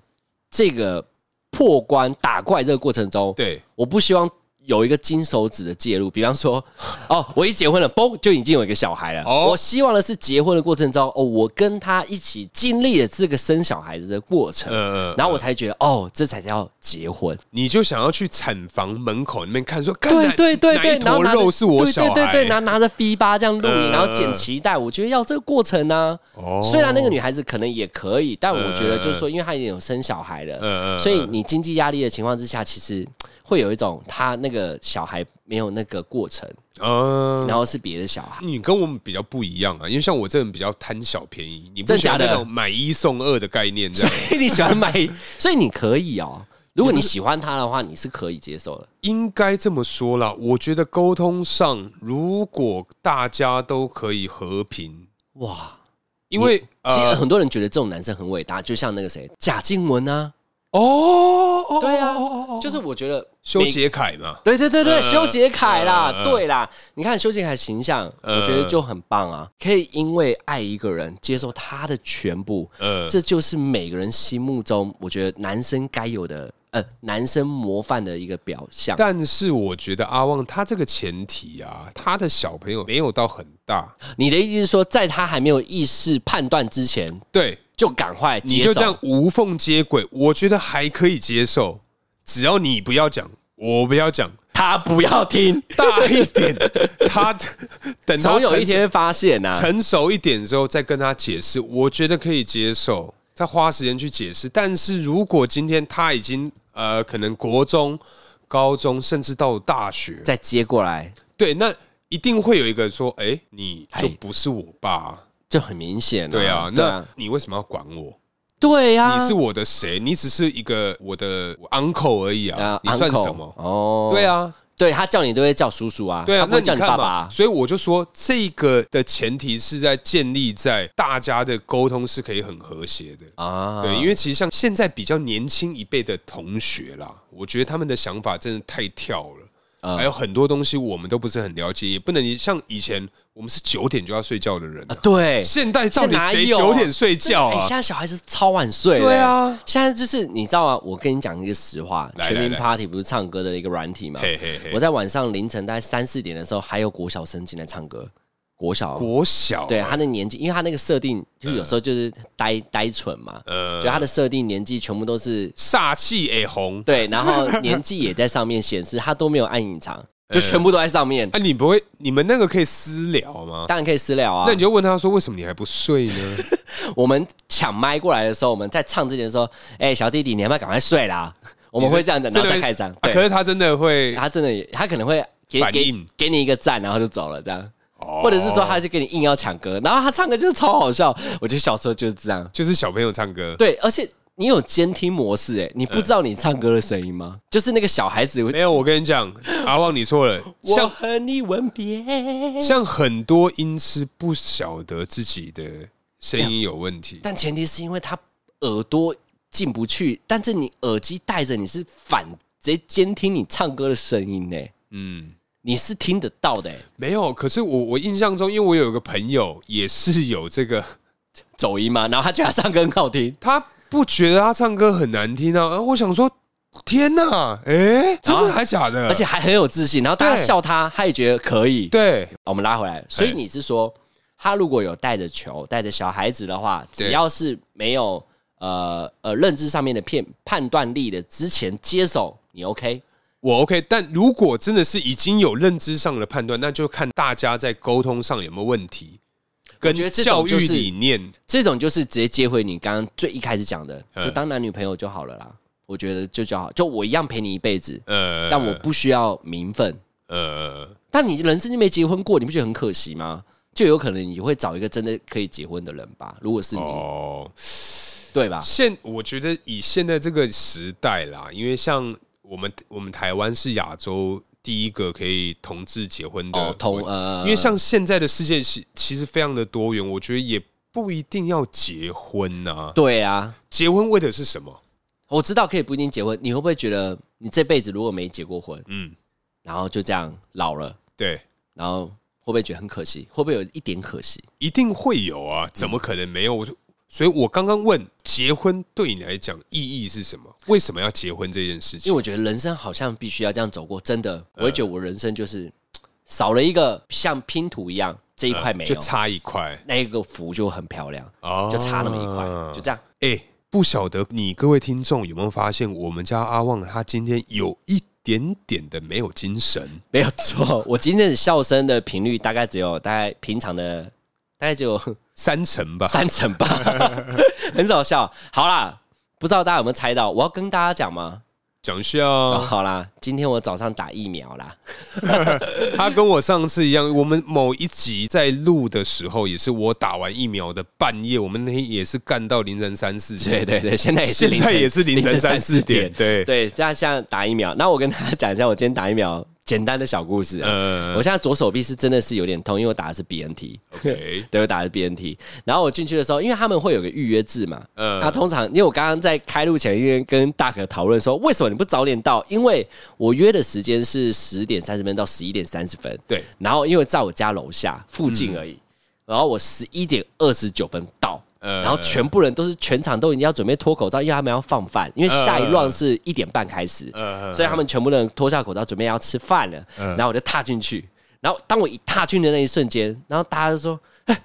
这个破关打怪这个过程中，对，我不希望有一个金手指的介入。比方说， 哦，我一结婚了，嘣，就已经有一个小孩了。哦我希望的是结婚的过程中，哦，我跟他一起经历了这个生小孩子的过程。呃，然后我才觉得，哦，这才叫结婚。你就想要去产房门口那边看说，对干对对哪对，哪一然后坨拿着肉是我小孩，对对对对，拿拿着 V 八这样录影，嗯然后剪脐带，我觉得要这个过程呢、哦嗯虽然那个女孩子可能也可以，但我觉得就是说，因为她已经有生小孩了，呃所以你经济压力的情况之下，其实会有一种她那个小孩没有那个过程，呃，然后是别的小孩。你跟我们比较不一样啊，因为像我这人比较贪小便宜，你不真喜欢假的那种买一送二的概念，这样所以 你喜欢买，所以你可以哦。如嗯果你喜欢她的话，你是可以接受的。应该这么说啦，我觉得沟通上，如果大家都可以和平，哇，因为其实呃，很多人觉得这种男生很伟大，就像那个谁贾静雯啊，哦，哦对啊哦哦哦哦就是我觉得修每杰楷嘛，对对对对，呃修杰楷啦，呃对啦，你看修杰楷形象，呃我觉得就很棒啊，可以因为爱一个人，接受他的全部，呃，这就是每个人心目中我觉得男生该有的，呃，男生模范的一个表象。但是我觉得阿旺他这个前提啊，他的小朋友没有到很大，你的意思是说，在他还没有意识判断之前，对，就赶快你接受就这样无缝接轨，我觉得还可以接受，只要你不要讲，我不要讲，他不要 听，大一点，他等他总有成一天发现啊呐、成熟一点之后再跟他解释，我觉得可以接受，再花时间去解释。但是如果今天他已经呃，可能国中、高中，甚至到大学，再接过来对，那一定会有一个说，哎、你就哎不是我爸啊，就很明显、啊。对啊，对那啊，你为什么要管我？对啊呀、你是我的谁？你只是一个我的我 uncle 而已啊啊，你算 uncle 什么？哦，对啊，对他叫你都会叫叔叔啊，对啊他，不那会你叫你看嘛，爸爸、啊。所以我就说，这个的前提是在建立在大家的沟通是可以很和谐的。啊对，因为其实像现在比较年轻一辈的同学啦，我觉得他们的想法真的太跳了，嗯还有很多东西我们都不是很了解，也不能像以前我们是九点就要睡觉的人、啊，对，现代到现底在哪谁有啊九点睡觉哎、啊现？在小孩子超晚睡、对啊，现在就是你知道啊，我跟你讲一个实话，来全民来来 Party 不是唱歌的一个软体嘛？嘿嘿嘿哎我在晚上凌晨大概三四点的时候，还有国小生进来唱歌，国小国小啊对他的年纪，因为他那个设定，就是有时候就是嗯呆呆蠢嘛，呃就他的设定年纪全部都是煞气哎红，对，然后年纪也在上面显示，他都没有按隐 藏，嗯就全部都在上面。啊，你不会你们那个可以私聊吗？当然可以私聊啊那你。就问他说，为什么你还不睡呢？我们抢麦过来的时候，我们在唱之前说：“哎，小弟弟，你要不要赶快睡啦？” 我们会这样子，然后真的再会开张。啊可对，是他真的会他真的也，他可能会给反给应给你一个赞，然后就走了这样。哦或者是说，他就跟你硬要抢歌，然后他唱歌就是超好笑。我觉得小时候就是这样。就是小朋友唱歌，对，而且你有监听模式，哎，你不知道你唱歌的声音吗？就是那个小孩子会，嗯没有，我跟 你讲，阿旺你错了，我像和你吻别，像很多音痴不晓得自己的声音有问题，但前提是因为他耳朵进不去，但是你耳机戴着，你是反直接监听你唱歌的声音呢，嗯，你是听得到的，哎没有。可是我我印象中，因为我有一个朋友也是有这个， 走音嘛，然后他觉得他唱歌很好听，他不觉得他唱歌很难听啊，啊我想说，天哪，哎，真的还假的？而且还很有自信，然后大家对笑他，他也觉得可以。对，我们拉回来，所以哎你是说，他如果有带着球、带着小孩子的话，对只要是没有呃呃认知上面的片判断力的，之前接手你 OK？我 OK，但如果真的是已经有认知上的判断，那就看大家在沟通上有没有问题，跟觉得这种教就育是理念。这种就是直接接回你刚刚最一开始讲的，嗯就当男女朋友就好了啦。我觉得就就好，就我一样陪你一辈子，呃，但我不需要名分。呃，但你人生就没结婚过，你不觉得很可惜吗？就有可能你会找一个真的可以结婚的人吧，如果是你，啊哦，对吧？现我觉得以现在这个时代啦，因为像我们我们台湾是亚洲第一个可以同志结婚的哦，同国呃，因为像现在的世界其其实非常的多元，我觉得也不一定要结婚呐、对啊，结婚为的是什么？我知道可以不一定结婚，你会不会觉得你这辈子如果没结过婚，嗯，然后就这样老了，对，然后会不会觉得很可惜？会不会有一点可惜？一定会有嗯啊，怎么可能没有？我就所以，我刚刚问结婚对你来讲意义是什么？为什么要结婚这件事因情为？我觉得人生好像必须要这样走过，真的，我会觉得我人生就是呃少了一个像拼图一样这一块没就有，差一块那一个符就很漂亮，哦就差那么一块，就这样。哎、不晓得你各位听众有没有发现，我们家阿旺他今天有一点点的没有精神。没有错，我今天的笑声的频率大概只有大概平常的大概只有 三成吧，三成吧， 很少笑。好啦，不知道大家有没有猜到？我要跟大家讲吗？讲一下哦，啊，好啦，今天我早上打疫苗啦。他跟我上次一样，我们某一集在录的时候，也是我打完疫苗的半夜，我们那天也是干到凌晨三四对点，对对，现在也是现凌晨在也是凌晨三四点，对对，这样像打疫苗。那我跟大家讲一下，我今天打疫苗简单的小故事啊。呃我现在左手臂是真的是有点痛，因为我打的是 BNT， ，OK，对，我打的是 BNT。然后我进去的时候，因为他们会有个预约制嘛，呃那通常因为我刚刚在开录前，因为跟大可讨论说，为什么你不早点到？因为我约的时间是十点三十分到十一点三十分，对，嗯然后因为在我家楼下附近而已，然后我十一点二十九分到。呃然后全部人都是全场都已经要准备脱口罩，因为他们要放饭，因为下一呃 round 是一点半开始，呃所以他们全部人脱下口罩，准备要吃饭了。然后我就踏进去，然后当我一踏进去的那一瞬间，然后大家就说：“哎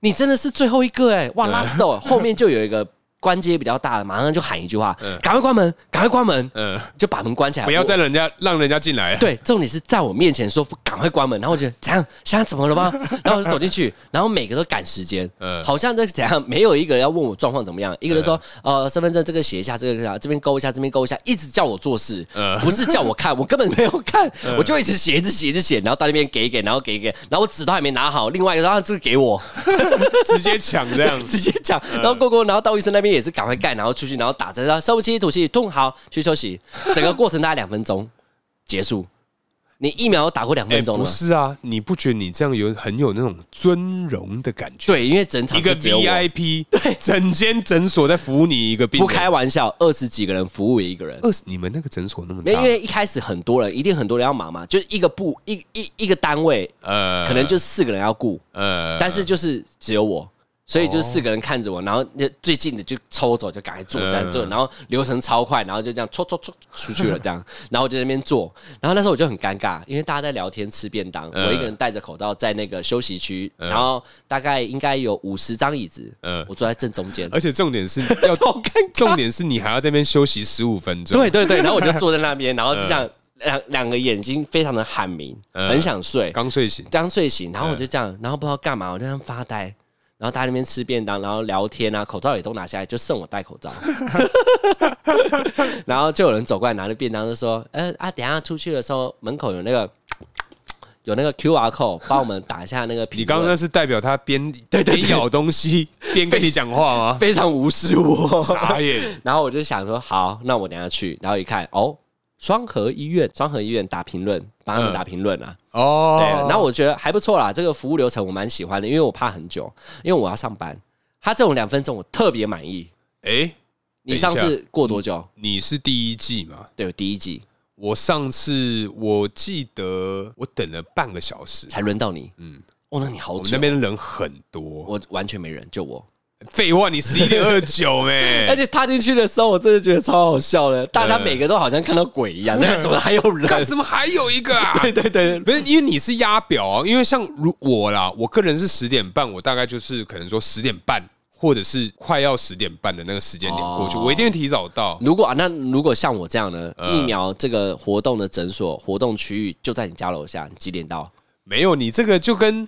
你真的是最后一个啊哎、哇，last door！” 后面就有一个关节比较大的，马上就喊一句话：“赶快关门，赶快关门呃，！”就把门关起来，嗯不要我再人家让人家进来了，啊对，重点是在我面前说不赶快关门，然后我就怎样，现在怎么了 吗？然后我就走进去，然后每个都赶时间，嗯好像这怎样，没有一个人要问我状况怎么样，一个人说、嗯呃身份证这个写一下，这个这边勾一下，这边勾一下，一直叫我做事，嗯 不是叫我看，我根本没有看，我就一直写，一直写，一直写，然后到那边给一给，然后给一给，然后我纸都还没拿好，另外一个说啊这个给我，，直接抢这 样直接讲，嗯然后过过，然后到医生那边也是赶快盖，然后出去，然后打针，然后深呼吸吐气，痛好去休 息，整个过程大概两分钟结束。你疫苗打过两哎，分钟不吗？是啊，你不觉得你这样有很有那种尊荣的感觉？对，因为整场一个就只有我 VIP，对，整间诊所在服务你一个病不人，开玩笑，二十几个人服务一个人。二十，你们那个诊所那么没有，因大，为一开始很多人，一定很多人要忙嘛，就是一个部一一一个单位，呃可能就四个人要顾，呃哦但是就是只有我，所以就四个人看着我，然后那最近的就抽走，就赶快坐嗯这样坐，然后流程超快，然后就这样搓搓搓出 去了这样，然后我就在那边坐，然后那时候我就很尴尬，因为大家在聊天吃便当，嗯我一个人戴着口罩在那个休息区，呃然后大概应该有五十张椅子，嗯我坐在正中间，而且重点是 要，超尴尬，重点是你还要在那边休息十五分钟。对对对，然后我就坐在那边，然后就这样两两个眼睛非常的喊明，嗯很想睡，刚嗯睡醒，刚睡醒，然后我就这样，然后不知道干嘛，我就这样发呆，然后大家在那边吃便当，然后聊天啊，口罩也都拿下来，就剩我戴口 罩，然后就有人走过来拿着便当就说，呃啊，等一下出去的时候门口有那个。有那个 Q R code，帮我们打一下那个评论。你刚刚那是代表他边边咬 东西边跟你讲话吗？非常无视我，傻眼， 然后我就想说，好，那我等一下去。然后一看，哦，双河医院，双河医院打评论，帮他们嗯打评论啊。对，哦，然后我觉得还不错啦，这个服务流程我蛮喜欢的，因为我怕很久，因为我要上班。他这种两分钟我特别满意。哎，你上等一次过多久？你是第一季嘛？对，我第一季我上次我记得我等了半个小时，才轮到你。嗯嗯，哦，那你好我们久那。边人很多。我完全没人，就我。废话，你十一点二九 而没？且踏进去的时候，我真的觉得超好笑的，大家嗯每个都好像看到鬼一样，那个怎么还有 人？ 干怎么还有一个 啊？对对对，不是因为你是压表啊，因为像如我啦，我个人是十点半，我大概就是可能说十点半或者是快要十点半的那个时间点过去，哦我一定会提早到。如果啊，那如果像我这样呢，疫苗这个活动的诊所活动区域就在你家楼下，你几点到？没有你这个就跟。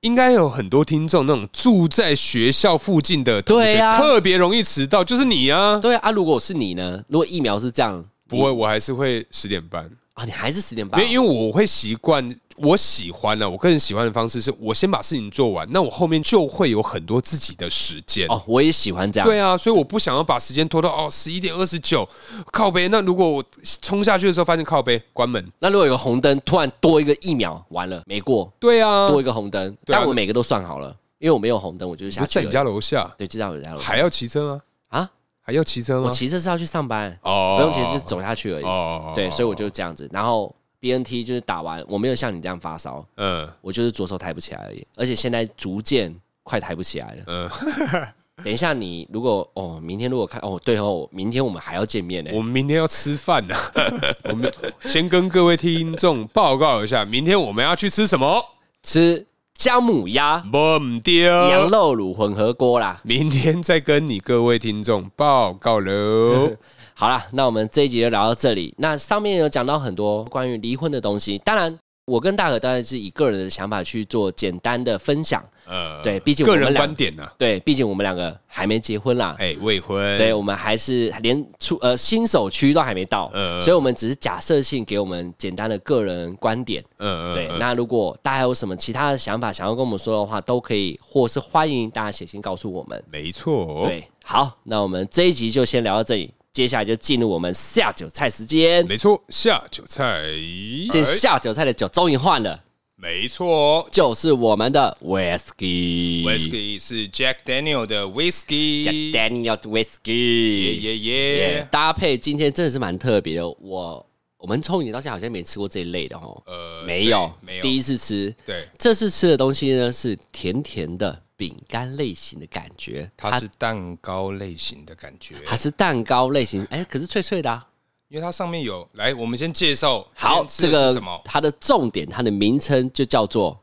应该有很多听众那种住在学校附近的同学，对啊特别容易迟到，就是你啊！对啊，如果是你呢？如果疫苗是这样，不会，我还是会十点半，啊，你还是十点因半为因为我会习惯，我喜欢呢、啊，我个人喜欢的方式是我先把事情做完，那我后面就会有很多自己的时间。哦，我也喜欢这样。对啊，所以我不想要把时间拖到哦十一点二十九靠背。那如果我冲下去的时候发现靠背关门，那如果有个红灯，突然多一个疫苗，完了没过，对啊，多我一个红灯，对啊但我每个都算好了，因为我没有红灯，我就是下就去在而已。你家楼下，对，就在我家楼下还要骑车吗？嗯啊。还要骑车我吗？骑车是要去上班，哦不用骑车就是走下去而已。哦对，所以我就这样子。然后 BNT 就是打完，我没有像你这样发烧，嗯我就是左手抬不起来而已，而且现在逐渐快抬不起来了。嗯， 等一下你如果哦，明天如果看哦，对哦，明天我们还要见面呢。我们明天要吃饭呢、 我们先跟各位听众报告一下，明天我们要去吃什么？吃姜母鸭、不羊丢，肉卤混合锅啦。明天再跟你各位听众报 告喽。好啦，那我们这一集就聊到这里。那上面有讲到很多关于离婚的东西，当然。我跟大可当然是以个人的想法去做简单的分享，呃，对毕竟我个们人俩观点呐、啊，对，毕竟我们两个还没结婚啦，哎、未婚，对，我们还是连出呃新手区都还没到，嗯嗯所以我们只是假设性给我们简单的个人观点。嗯，嗯对，那如果大家有什么其他的想法想要跟我们说的话，都可以，或是欢迎大家写信告诉我们。没错，对，好，那我们这一集就先聊到这里，接下来就进入我们下酒菜时间。没哎错，下酒菜，今天下酒菜的酒终于换了，没错就是我们的 whisky。 ，Whisky 是 Jack Daniel 的 Whisky， Jack Daniel 的 whisky，耶耶耶耶，搭配今天真的是蛮特别的。我我们从以前到现在好像没吃过这一类的哦，呃没有，对没有第一次吃。对，这次吃的东西呢是甜甜的饼干类型的感觉，它是蛋糕类型的感觉，它是蛋糕类型，哎，可是脆脆的、啊。因为它上面有来，我们先介绍好，这今天吃的是个什么？它的重点，它的名称就叫做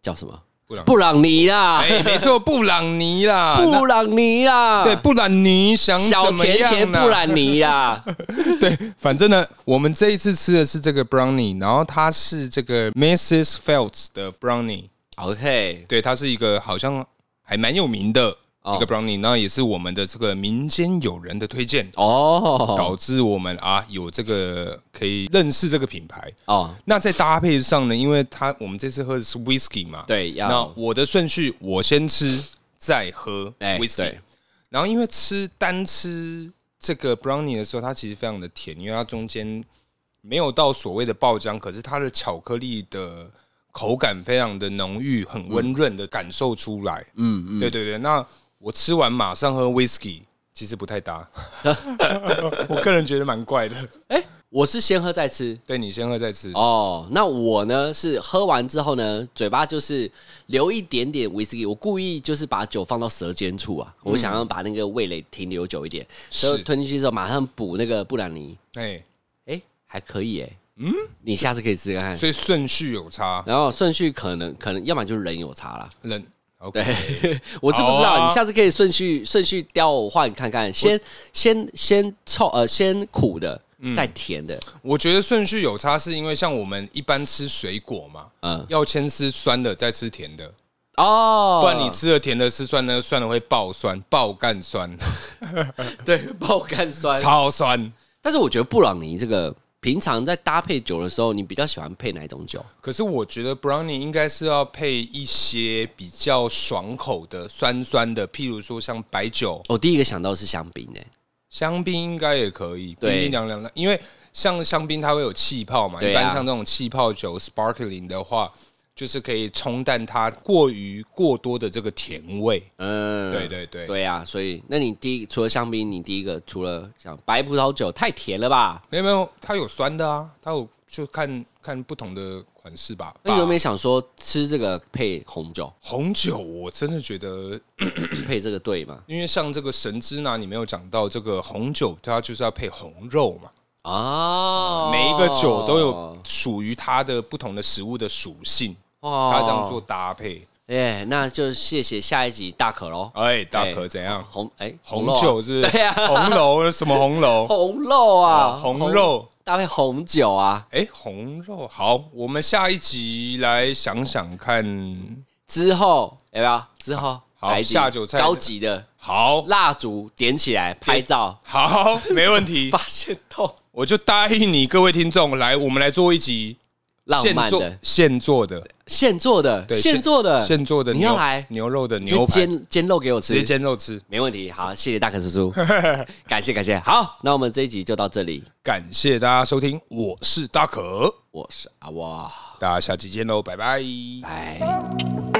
叫什 么？布朗布朗尼啦，哎，没错，布朗尼啦，布朗尼啦，那对，布朗尼想小怎么甜甜样啊布呢？朗尼啦， 反正呢，我们这一次吃的是这个 brownie，然后它是这个 Mrs. Phelps 的 brownie， OK，对，它是一个好像还蛮有名的哦一个 brownie，那也是我们的这个民间友人的推荐，哦导致我们啊有这个可以认识这个品牌。哦，那在搭配上呢，因为它我们这次喝的是 whisky 嘛，对要那我的顺序我先吃，再喝哎 whisky，、对然后因为吃单吃这个 brownie 的时候，它其实非常的甜，因为它中间没有到所谓的爆浆，可是它的巧克力的口感非常的浓郁，很温润的感受出来。嗯嗯，对对对。那我吃完马上喝 whisky，其实不 太搭， 我个人觉得蛮怪的。哎、我是先喝再吃。对你先喝再吃。哦，那我呢是喝完之后呢，嘴巴就是留一点点威士忌，我故意就是把酒放到舌尖处啊，我想要把那个味蕾停留久一点，所以嗯是吞进去之后马上补那个布兰妮，哎，哎、还可以哎、嗯，你下次可以试试看看。所以顺序有差。然后顺序可能可能，要么就是人有差啦。冷，OK，对， 我是不知道，好啊你下次可以顺序顺序调换看看，先先先臭呃先苦的，嗯再甜的，我觉得顺序有差，是因为像我们一般吃水果嘛，嗯要先吃酸的，再吃甜的，哦，不然你吃了甜的，吃酸的，酸的会爆酸，爆 干酸，对 爆肝酸超酸。但是我觉得布朗尼这个平常在搭配酒的时候，你比较喜欢配哪一种酒？可是我觉得 brownie 应该是要配一些比较爽口的酸酸的，譬如说像白酒、我第一个想到的是香槟欸诶、香槟应该也可以，冰对冰凉凉的，因为像香槟它会有气泡嘛，对啊一般像这种气泡酒 sparkling 的话，就是可以冲淡它过于过多的这个甜味。嗯，对对对，对啊，所以那你第一除了香槟，你第一个除了想白葡萄酒太甜了吧？没有没有，它有酸的啊，它有就看看不同的款式吧。那你有没吧有想说吃这个配红酒，红酒？我真的觉得，配这个对吗？因为像这个神之拿，你没有讲到这个红酒，它就是要配红肉嘛。哦，每一个酒都有属于它的不同的食物的属性，哦它这样做，搭配。哎、那就谢谢下一集大可喽。哎，大哎可怎样？红哎、红肉啊酒是不 是？对呀、红楼什么红 楼？红肉啊，红肉。搭配红酒啊，哎，红肉好，我们下一集来想想看。之后要不要？之后好来一集下酒菜高级的好，蜡烛点起来拍照，好，没问题。发现痛，我就答应你各位听众，来，我们来做一集浪漫现做的现做的，现做的，对，现做的，现做的你牛，要来牛肉的牛就排，煎煎肉给我直接吃，煎肉吃。没问题。好，谢谢大可叔 叔，感谢感谢。好，那我们这一集就到这里，感谢大家收听，我是大可，我是阿哇，大家下期见喽，拜拜。拜。 Thank